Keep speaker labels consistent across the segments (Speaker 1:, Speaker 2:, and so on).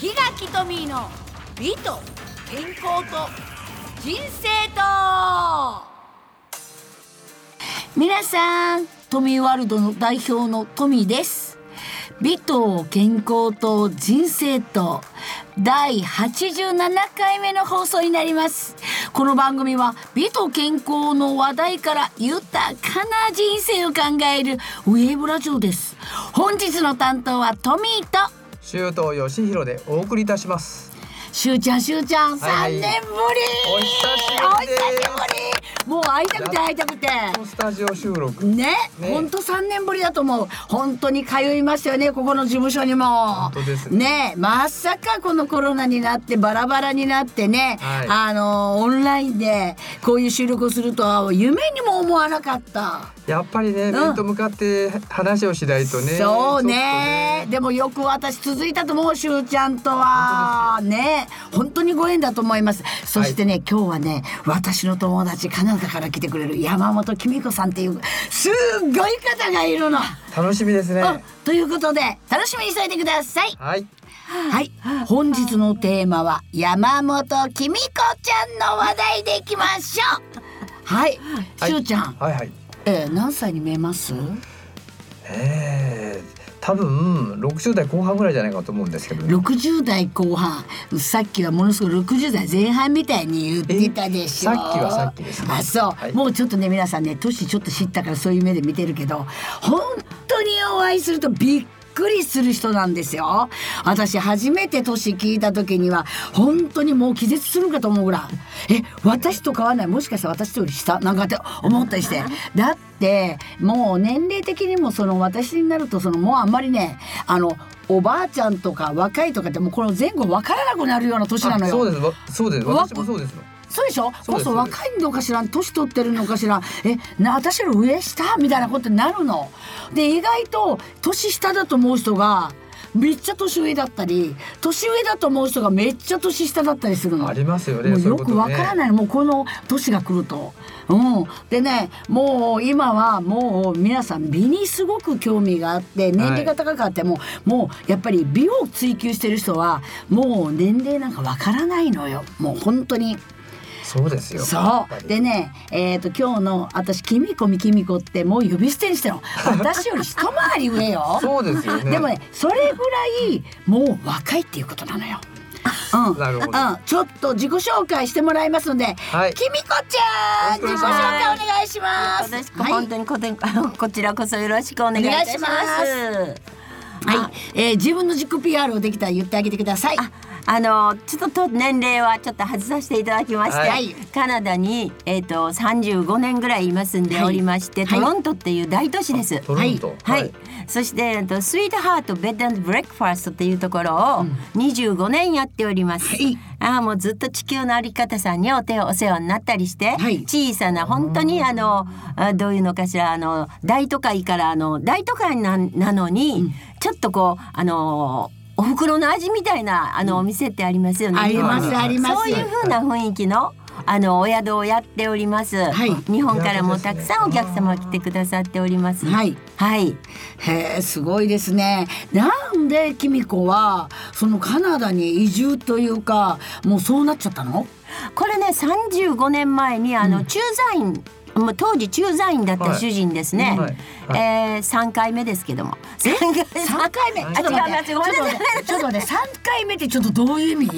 Speaker 1: 檜垣トミーの美と健康と人生と皆さんトミーワールドの代表のトミーです美と健康と人生と第87回目の放送になりますこの番組は美と健康の話題から豊かな人生を考えるウェーブラジオです本日の担当はトミーと
Speaker 2: 周東義弘でお送りいたします
Speaker 1: しゅうちゃんしゅうちゃん、
Speaker 2: は
Speaker 1: 三
Speaker 2: いはい
Speaker 1: 年ぶり
Speaker 2: お久しぶりです
Speaker 1: お久しぶりもう会いたくて会いたくて
Speaker 2: スタジオ収録
Speaker 1: ね
Speaker 2: ね
Speaker 1: ほんと3年ぶりだと思う本当に通いましたよねここの事務所にも
Speaker 2: 本当です
Speaker 1: ねまさかこのコロナになってバラバラになってね、
Speaker 2: はい
Speaker 1: あのオンラインでこういう収録をするとは夢にも思わなかった
Speaker 2: やっぱりね
Speaker 1: ん
Speaker 2: 面と向かって話をしないとね
Speaker 1: そうね
Speaker 2: ちょっと
Speaker 1: でもよく私続いたと思うしゅうちゃんとはね本当にご縁だと思いますそしてね、今日はね私の友達カナダから来てくれる山本紀美子さんっていうすっごい方がいるの、
Speaker 2: 楽しみですね
Speaker 1: うんということで楽しみにしておいてください
Speaker 2: はい
Speaker 1: はい本日のテーマは山本紀美子ちゃんの話題でいきましょうはい、しゅうちゃん、
Speaker 2: はいはい
Speaker 1: えー何歳に見えます
Speaker 2: えー、多分60代後半ぐらいじゃないかと思うんですけどね
Speaker 1: 60代後半さっきはものすごい60代前半みたいに言ってたでしょ
Speaker 2: えさっきはさっきですね
Speaker 1: あそう、
Speaker 2: はい
Speaker 1: もうちょっとね皆さんね年ちょっと知ったからそういう目で見てるけど本当にお会いするとびっくりする人なんですよ私初めて年聞いた時には本当にもう気絶するんかと思うぐらいえ私と変わらないもしかしたら私より下なんかって思ったりしてだってもう年齢的にもその私になるとそのもうあんまりねあのおばあちゃんとか若いとかってもうこの前後分からなくなるような年なのよ。
Speaker 2: あそうですわそうです
Speaker 1: うわ
Speaker 2: 私もそうですよ
Speaker 1: そうでしょこ
Speaker 2: そうです
Speaker 1: そ若いのかしら年取ってるのかしらえな私より上下みたいなことになるの。で意外と年下だと思う人がめっちゃ年上だったり年上だと思う人がめっちゃ年下だったりするの。
Speaker 2: ありますよね
Speaker 1: もう
Speaker 2: そうい
Speaker 1: よ
Speaker 2: うこと
Speaker 1: く
Speaker 2: ね
Speaker 1: わからないもうこの年が来ると。うん、でねもう今はもう皆さん美にすごく興味があって年齢が高くあっても、もうやっぱり美を追求してる人はもう年齢なんかわからないのよもう本当に。
Speaker 2: そうですよや
Speaker 1: そ
Speaker 2: っぱ
Speaker 1: う
Speaker 2: り
Speaker 1: でねえっ、と今日の私「きみこみきみこ」ってもう呼び捨てにしてるの私より一回り上よ
Speaker 2: そうですよ ね
Speaker 1: でもねそれぐらいもう若いっていうことなのよ。うん、
Speaker 2: なるほど
Speaker 1: うん、ちょっと自己紹介してもらいますので、
Speaker 2: はい
Speaker 1: きみこちゃん
Speaker 2: よ
Speaker 1: 自己
Speaker 2: ろし
Speaker 1: 紹
Speaker 2: くお願
Speaker 1: 介お願い
Speaker 2: いし
Speaker 1: しま
Speaker 3: よ
Speaker 1: す。
Speaker 3: ろしく、本当にこてあのこちらこそよろしくお願いいたします。
Speaker 1: お願はい、はいえー自分の自己 PR をできたら言ってあげてください。
Speaker 3: ああのちょっと年齢はちょっと外させていただきまして、
Speaker 2: はい
Speaker 3: カナダにえっ、と35年ぐらいいますんで
Speaker 1: はい
Speaker 3: おりまして、
Speaker 1: はい
Speaker 3: トロントっていう大都市です。
Speaker 2: トロント
Speaker 3: はい、そしてえっとスイートハートベッドアンドブレックファーストっていうところを25年やっております、
Speaker 1: はい
Speaker 3: ああもうずっと地球の歩き方さんにお手お世話になったりして、
Speaker 1: はい
Speaker 3: 小さな本当にあのあどういうのかしらあの大都会からあの大都会ななのに、ちょっとこうあのお袋の味みたいなあのお店ってありますよね。
Speaker 1: あります
Speaker 3: 日本に
Speaker 1: あります
Speaker 3: そういう風な雰囲気のあのお宿をやっております、
Speaker 1: はい
Speaker 3: 日本からもたくさんお客様来てくださっております。
Speaker 1: はい
Speaker 3: はい。
Speaker 1: へえすごいですね。なんできみこはそのカナダに移住というかもうそうなっちゃったの？
Speaker 3: これね35年前にあの、駐在員もう当時駐在員だった主人ですね、
Speaker 2: はいは
Speaker 3: えー、三回目ですけども三回
Speaker 1: 三回目。
Speaker 3: はい
Speaker 1: ちょっと待って。ち
Speaker 3: 違う
Speaker 1: ょっ
Speaker 3: 間違え
Speaker 1: と待って。ちょっと待って。三回目ってちょっとどういう意味？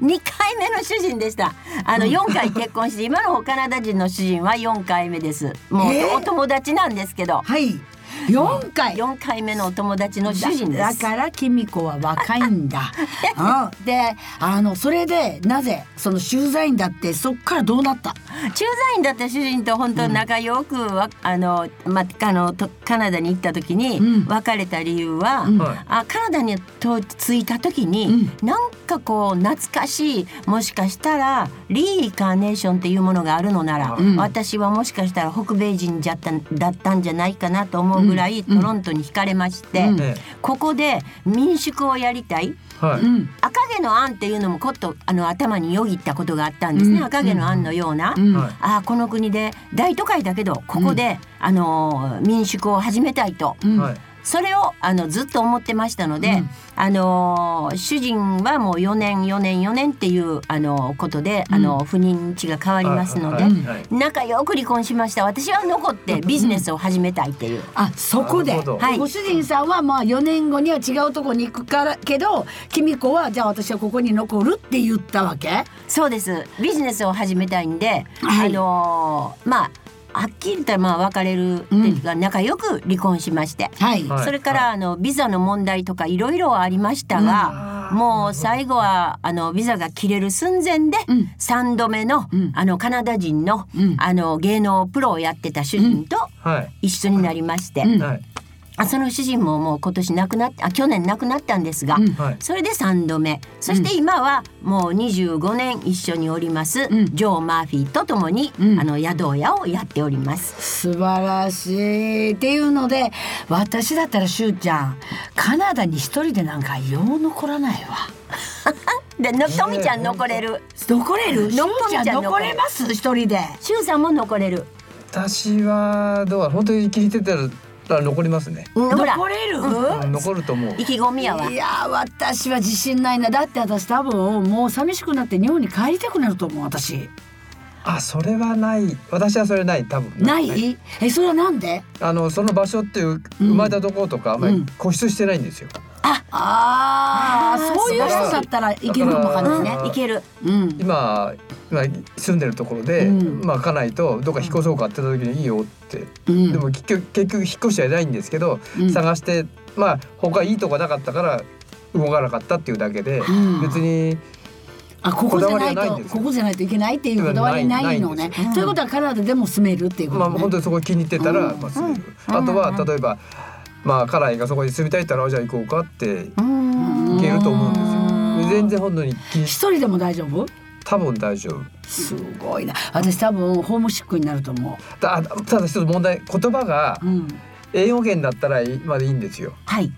Speaker 3: 二回目の主人でしたあの四回結婚して今のカナダ人の主人は四回目ですもう、
Speaker 1: えー
Speaker 3: お友達なんですけど
Speaker 1: はい。四回。
Speaker 3: 四回目のお友達の主人で
Speaker 1: だ
Speaker 3: す
Speaker 1: からキミコは若いんだ。うん、で、あのそれでなぜその駐在員だってそっからどうなった？
Speaker 3: 駐在員だった主人と本当仲良くわ、あのまあのとカナダに行った時
Speaker 1: うん
Speaker 3: に別れた理由は、
Speaker 1: うん
Speaker 2: はい
Speaker 3: あカナダにと着いた時に、なんかこう懐かしいもしかしたらリーカーネーションっていうものがあるのなら、
Speaker 2: うん
Speaker 3: 私はもしかしたら北米人じゃったんだったんじゃないかなと思うぐらい、
Speaker 1: うん
Speaker 3: トロントに惹かれまして、
Speaker 1: うん
Speaker 2: ね
Speaker 3: ここで民宿をやりたい。
Speaker 2: はい、
Speaker 1: うん、
Speaker 3: 赤毛の案っていうのもことあの頭によぎったことがあったんですね、
Speaker 1: うん
Speaker 3: 赤毛の案のような、
Speaker 1: うん、
Speaker 2: はい
Speaker 3: ああこの国で大都会だけどここで、あのー民宿を始めたいと
Speaker 1: うん
Speaker 2: はい
Speaker 3: それをあのずっと思ってましたので、
Speaker 1: うん
Speaker 3: あのー主人はもう4年4年4年っていうあのことで、あの不妊地が変わりますので、
Speaker 1: はい
Speaker 3: 仲良く離婚しました私は残ってビジネスを始めたいっていう。
Speaker 1: あそこで
Speaker 2: なるほど
Speaker 3: はい
Speaker 1: ご主人さんはまあ4年後には違うとこに行くからけど君子はじゃあ私はここに残るって言ったわけ
Speaker 3: そうですビジネスを始めたいんで、
Speaker 1: はい
Speaker 3: あのーまあはっきりとまあ別れるっていうか、仲良く離婚しまして、
Speaker 1: はい、
Speaker 2: はい
Speaker 3: それから、あのビザの問題とかいろいろありましたが、
Speaker 2: うん
Speaker 3: もう最後はあのビザが切れる寸前で、
Speaker 1: うん
Speaker 3: 3度目の,、
Speaker 1: うん
Speaker 3: あのカナダ人の,、
Speaker 1: うん
Speaker 3: あの芸能プロをやってた主人と
Speaker 2: はい
Speaker 3: 一緒になりまして、
Speaker 1: うん
Speaker 2: はい
Speaker 3: あその主人ももう今年亡くなってあ去年亡くなったんですが、
Speaker 1: うん
Speaker 2: はい
Speaker 3: それで3度目そして今はもう25年一緒におります、
Speaker 1: うん
Speaker 3: ジョー・マーフィーと共に、
Speaker 1: うん
Speaker 3: あの宿屋をやっております。
Speaker 1: 素晴らしいっていうので私だったらしゅうちゃんカナダに一人でなんかよう残らないわ
Speaker 3: でのとみちゃん残れる
Speaker 1: 残れるしゅ
Speaker 3: の
Speaker 1: う
Speaker 3: っぽみ
Speaker 1: ち
Speaker 3: ち
Speaker 1: ゃ
Speaker 3: ゃ
Speaker 1: ん残
Speaker 3: ん残
Speaker 1: れ
Speaker 3: れ
Speaker 1: ます一人で
Speaker 3: しゅうさんも残れる。
Speaker 2: 私はどうだ本当に聞いてたら残りますね
Speaker 3: うんほら
Speaker 1: 残れる、
Speaker 2: うん残ると思う
Speaker 3: 意気込みやわ
Speaker 1: い。や私は自信ないなだって私多分もう寂しくなって日本に帰りたくなると思う私
Speaker 2: あそれはない私はそれない多分
Speaker 1: ない、えそれはなんで
Speaker 2: あのその場所っていう生まれたところとかあんま
Speaker 1: うん
Speaker 2: り固執してないんですよ、
Speaker 1: あ
Speaker 3: あ
Speaker 1: あ
Speaker 3: ー
Speaker 1: そういう人だったらいけるのかもね
Speaker 2: だから
Speaker 3: うんいける。
Speaker 1: うん
Speaker 2: 今今住んでるところで、
Speaker 1: うん
Speaker 2: まあ家内とどっか引っ越そうかって言った時にいいよって、
Speaker 1: うん
Speaker 2: でも結局結局引っ越してはいないんですけど、
Speaker 1: うん
Speaker 2: 探してまあ他いいとこなかったから動かなかったっていうだけで、
Speaker 1: ん
Speaker 2: 別に
Speaker 1: あここじゃない
Speaker 2: こだわりはないん
Speaker 1: と
Speaker 2: ですよ
Speaker 1: ここじゃないといけないっていうこだわりないの
Speaker 2: な
Speaker 1: ね
Speaker 2: いんで。
Speaker 1: ということはカナダでも住めるっていうこと
Speaker 2: ま
Speaker 1: ね。
Speaker 2: あ本当にそこ気に入ってたら、
Speaker 1: うん
Speaker 2: まあ、住める、
Speaker 3: うん
Speaker 2: あと
Speaker 3: う
Speaker 2: は
Speaker 3: ん
Speaker 2: 例えばまあ家内がそこに住みたいって言ったらじゃあ行こうかって
Speaker 3: うん
Speaker 2: いけると思うんですよ。全然本当に気に
Speaker 1: 一人でも大丈夫？
Speaker 2: 多分大丈夫。
Speaker 1: すごいな。私多分ホームシックになると思
Speaker 2: たただ一つ問題言葉が
Speaker 1: う。うん。
Speaker 2: 英語圏だったらいいまでいいんですよ。
Speaker 3: はい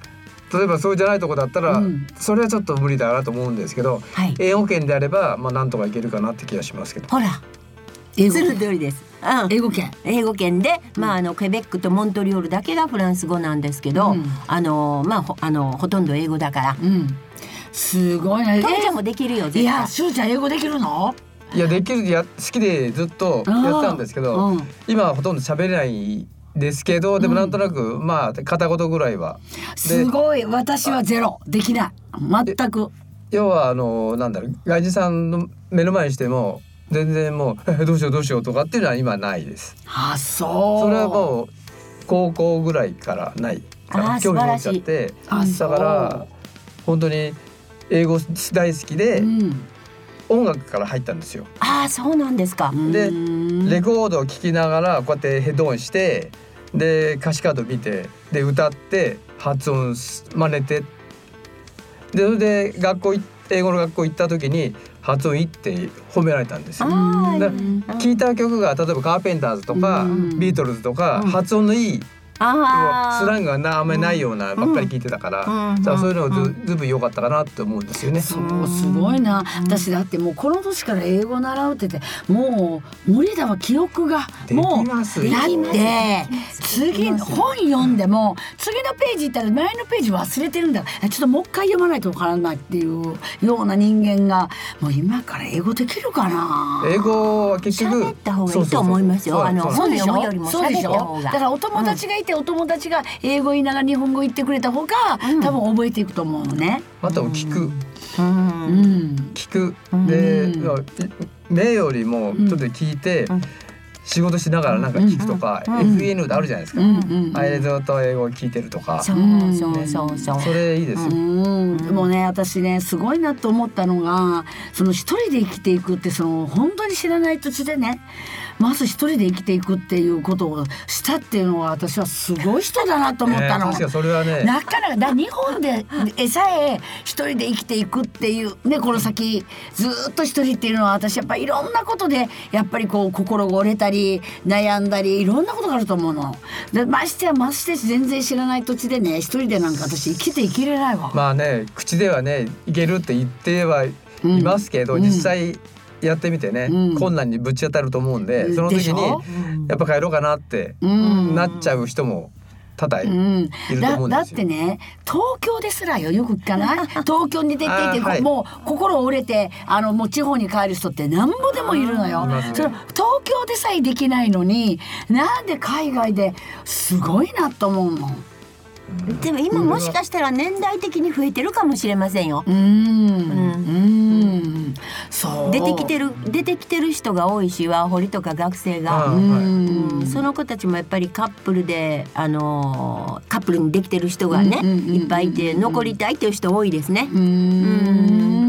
Speaker 2: 例えばそうじゃないとこだったら、
Speaker 1: うん
Speaker 2: それはちょっと無理だなと思うんですけど
Speaker 3: はい。
Speaker 2: 英語圏であればまあなんとかいけるかなって気がしますけど。
Speaker 3: ほら、
Speaker 1: 英語
Speaker 3: その通りです。うん。
Speaker 1: 英語圏。
Speaker 3: 英語圏で、まあ、あのケベックとモントリオールだけがフランス語なんですけど、
Speaker 1: うん
Speaker 3: あのまあほあのほとんど英語だから、
Speaker 1: うん。すごいな。
Speaker 3: トミちゃんもできるよ
Speaker 1: えい
Speaker 3: 絶
Speaker 1: や、
Speaker 3: 対。
Speaker 1: しゅうちゃん英語できるの？
Speaker 2: いやできるや好きでずっとやってたんですけど、
Speaker 1: うん
Speaker 2: 今はほとんど喋れないですけどでもなんとなく、まあ片言ぐらいは
Speaker 1: すごい。私はゼロできない。全く。
Speaker 2: 要はあのなんだろう外人さんの目の前にしても全然もう え「どうしようどうしよう」とかっていうのは今ないです。
Speaker 1: あ、そう。
Speaker 2: それはもう高校ぐらいからない
Speaker 3: あー
Speaker 2: 興味持っちゃって
Speaker 1: あそう
Speaker 2: だから本当に英語大好きで、
Speaker 1: うん。
Speaker 2: 音楽から入ったんですよ。
Speaker 3: ああそうなんですか。
Speaker 2: で
Speaker 1: うん
Speaker 2: レコードを聴きながらこうやってヘッドオンしてで歌詞カード見てで歌って発音す真似てでそれで学校い英語の学校行った時に発音いいって褒められたんです
Speaker 3: あ
Speaker 2: よ。
Speaker 3: ー
Speaker 2: だ
Speaker 3: うん
Speaker 2: 聴いた曲が例えばカーペンターズとか
Speaker 1: うん
Speaker 2: ビートルズとか
Speaker 3: うん
Speaker 2: 発音のいいス
Speaker 3: あー
Speaker 2: ラングがなあんまりないようなばっかり聴いてたから
Speaker 3: うんうん
Speaker 2: だからそういうの
Speaker 3: う
Speaker 2: ずずいぶん良かったかなと思うんですよね。
Speaker 1: そうすごいな私だってもうこの年から英語習うっててもう無理だわ記憶が
Speaker 2: で
Speaker 1: も
Speaker 2: き
Speaker 1: うだ
Speaker 2: ますよ
Speaker 1: って次
Speaker 3: できます
Speaker 1: 本読んでも次のページ行ったら前のページ忘れてるんだえちょっともう一回読まないとわからないっていうような人間がもう今から英語できるかな
Speaker 2: 英語は結局
Speaker 3: 喋った方がいいと思いますよ
Speaker 2: そうそうそうそ
Speaker 3: あの
Speaker 2: う
Speaker 1: そうでし
Speaker 3: 本読
Speaker 1: ょ
Speaker 3: むよりも
Speaker 1: そうでし
Speaker 3: 喋った方
Speaker 1: ょ
Speaker 3: が
Speaker 1: だからお友達がいて、お友達が英語言いながら日本語言ってくれた方が、
Speaker 3: うん
Speaker 1: 多分覚えていくと思うのね。
Speaker 2: あと聞く
Speaker 3: うん
Speaker 1: うん
Speaker 2: 聞
Speaker 3: うん
Speaker 2: くで
Speaker 1: うん
Speaker 2: まあ目よりもちょっと聞いて
Speaker 3: ん
Speaker 2: 仕事しながらなんか聞くとか
Speaker 3: うん
Speaker 2: FNU であるじゃないです
Speaker 1: う
Speaker 2: か
Speaker 1: んうんうん
Speaker 2: あれずっと英語を聞いてるとか
Speaker 3: そう
Speaker 2: そ
Speaker 1: うん
Speaker 3: そうそうそう。
Speaker 2: れいいです
Speaker 1: う
Speaker 2: よ
Speaker 1: ん、でもね私ねすごいなと思ったのがその一人で生きていくってその本当に知らない土地でねまず一人で生きていくっていうことをしたっていうのは私はすごい人だなと思っ
Speaker 2: え
Speaker 1: た
Speaker 2: ー
Speaker 1: の。
Speaker 2: 確かにそれはね
Speaker 1: なかなかだ日本でえさえ一人で生きていくっていうねこの先ずーっと一人っていうのは私やっぱいろんなことでやっぱりこう心が折れたり悩んだりいろんなことがあると思うの。でましてやまして全然知らない土地でね一人でなんか私生きていけれないわ。
Speaker 2: まあね口ではねいけるって言ってはいますけど
Speaker 1: うん
Speaker 2: 実際やってみてね
Speaker 1: うん
Speaker 2: 困難にぶち当たると思うんでその
Speaker 1: でし
Speaker 2: 時に
Speaker 1: ょ
Speaker 2: やっぱ帰ろうかなって
Speaker 1: うん
Speaker 2: なっちゃう人も多々いる
Speaker 1: うん
Speaker 2: いると
Speaker 1: だ
Speaker 2: 思うん
Speaker 1: だ
Speaker 2: で
Speaker 1: っ
Speaker 2: すよ
Speaker 1: てね東京ですらよよく聞か ない東京に出ていて、
Speaker 2: あーはい
Speaker 1: もう心折れてあのもう地方に帰る人ってなんぼでもいるのよ
Speaker 2: いますね
Speaker 1: それ東京でさえできないのになんで海外ですごいなと思うの
Speaker 3: でも今もしかしたら年代的に増えてるかもしれませんよ
Speaker 1: う。ーんうんそう
Speaker 3: 出てきてる出てきてる人が多いしワーホリとか学生が。
Speaker 1: う
Speaker 2: あ
Speaker 1: ん、
Speaker 3: うんその子たちもやっぱりカップルで、あのーカップルにできてる人がね、
Speaker 1: うんうんうんうん
Speaker 3: いっぱいいて残りたいっていう人多いですね
Speaker 1: う。ーん
Speaker 3: うん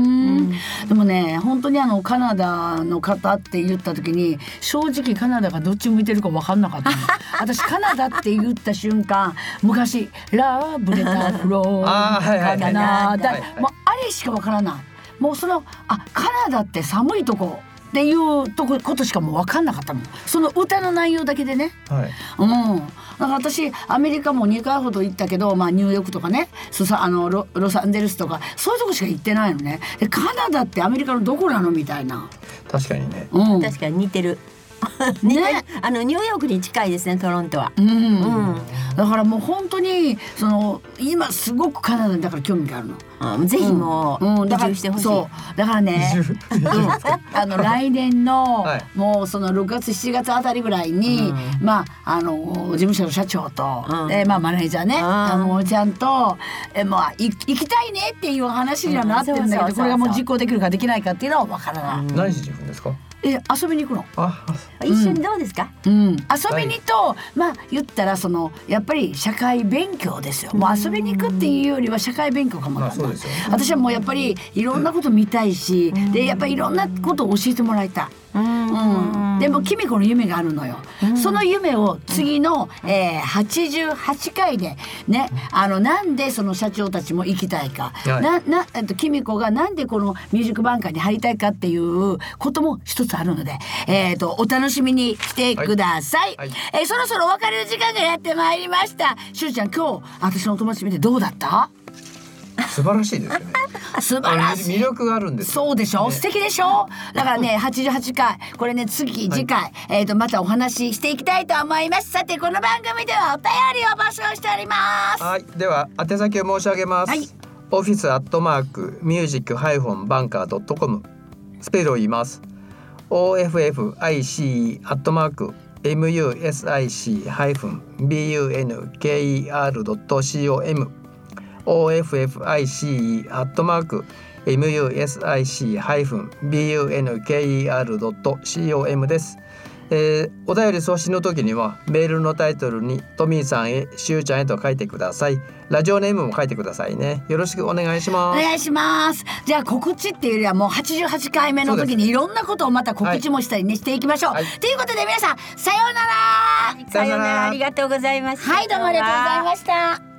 Speaker 1: でもね本当にあのカナダの方って言った時に正直カナダがどっち向いてるか分かんなか ったの私カナダって言った瞬間昔「ラブレタフロー
Speaker 2: あーはいはいはい
Speaker 1: カナダ」
Speaker 2: はいはい
Speaker 1: もうあれしか分からないもうその「あカナダって寒いとこ」っていうとこことしかもう分かんなかったもんその歌の内容だけでね。
Speaker 2: はい
Speaker 1: うん、なんか私アメリカも2回ほど行ったけど、まあ、ニューヨークとかねそさあのロロサンゼルスとかそういうとこしか行ってないのねでカナダってアメリカのどこなのみたいな、
Speaker 2: 確かにね
Speaker 1: うん、
Speaker 3: 確かに似て
Speaker 1: ね
Speaker 3: る。似てるあのニューヨークに近いですねトロントは。
Speaker 1: う
Speaker 3: うんん
Speaker 1: だからもう本当にその今すごくカナダにだから興味があるの。
Speaker 3: うん、ぜひもう、
Speaker 1: ん
Speaker 3: 移
Speaker 1: だから
Speaker 3: 住してほしい。
Speaker 1: そうだからね
Speaker 2: 移住移住
Speaker 1: うん あの来年の、
Speaker 2: はい
Speaker 1: もうその6月7月あたりぐらいに、
Speaker 3: う
Speaker 1: まああの事務所の社長と、
Speaker 3: うん
Speaker 1: えーまあマネージャーね、
Speaker 3: うん
Speaker 1: あのおーちゃんと、えーまあい行きたいねっていう話にはなってるんだけど、
Speaker 3: うんそうそうそう
Speaker 1: これがもう実行できるかできないかっていうのはわからない。
Speaker 2: 何しに行くんですか
Speaker 1: え遊びに行くの。
Speaker 2: あ
Speaker 3: 一緒にどうですか、
Speaker 1: うん、遊びにと、まあ言ったらそのやっぱり社会勉強ですよ。もう遊びに行くっていうよりは社会勉強かもわ
Speaker 2: まあ
Speaker 1: かん
Speaker 2: そ
Speaker 1: な
Speaker 2: う
Speaker 1: い
Speaker 2: ですよね
Speaker 1: 私はもうやっぱりいろんなこと見たいし、でやっぱりいろんなことを教えてもらいたい。うん、でもキミコの夢があるのよ、その夢を次の、えー、88回でねあのなんでその社長たちも行きたいか、
Speaker 2: はい
Speaker 1: ななえっとキミコがなんでこのミュージックバンカーに入りたいかっていうことも一つあるので、えー、とお楽しみにしてください、
Speaker 2: はいはい
Speaker 1: えーそろそろお別れの時間がやってまいりましたしゅうちゃん今日私のお友達見てどうだった
Speaker 2: 素晴らしいですよね
Speaker 1: 素
Speaker 2: あ
Speaker 1: 晴
Speaker 2: の
Speaker 1: らしい
Speaker 2: 魅力があるんですよ
Speaker 1: そうでしょ、素敵でしょだから ね88回これね次次回、えー、とまたお話ししていきたいと思いますさてこの番組ではお便りを募集しております
Speaker 2: はい、では宛先を申し上げます。
Speaker 1: はい
Speaker 2: オフィスアットマークミュージックハイフォンバンカードットコムスペルを言います。O F F I C アットマーク M U S I C ハイフン B U N K E R ドット C O M O F F I C アットマーク M U S I C ハイフン B U N K E R ドット C O M です。えーお便り送信の時にはメールのタイトルに「トミーさんへしゅうちゃんへ」と書いてくださいラジオネームも書いてくださいねよろしくお願いし
Speaker 1: お
Speaker 2: ます
Speaker 1: 願いしますじゃあ告知っていうよりはもう88回目の時
Speaker 2: そうで
Speaker 1: にいろんなことをまた告知もしたりね、していきましょう、
Speaker 2: はい
Speaker 1: ということで皆さんさようなら
Speaker 2: さようなら
Speaker 3: ありがとうございました。
Speaker 1: はいどうもありがとうございました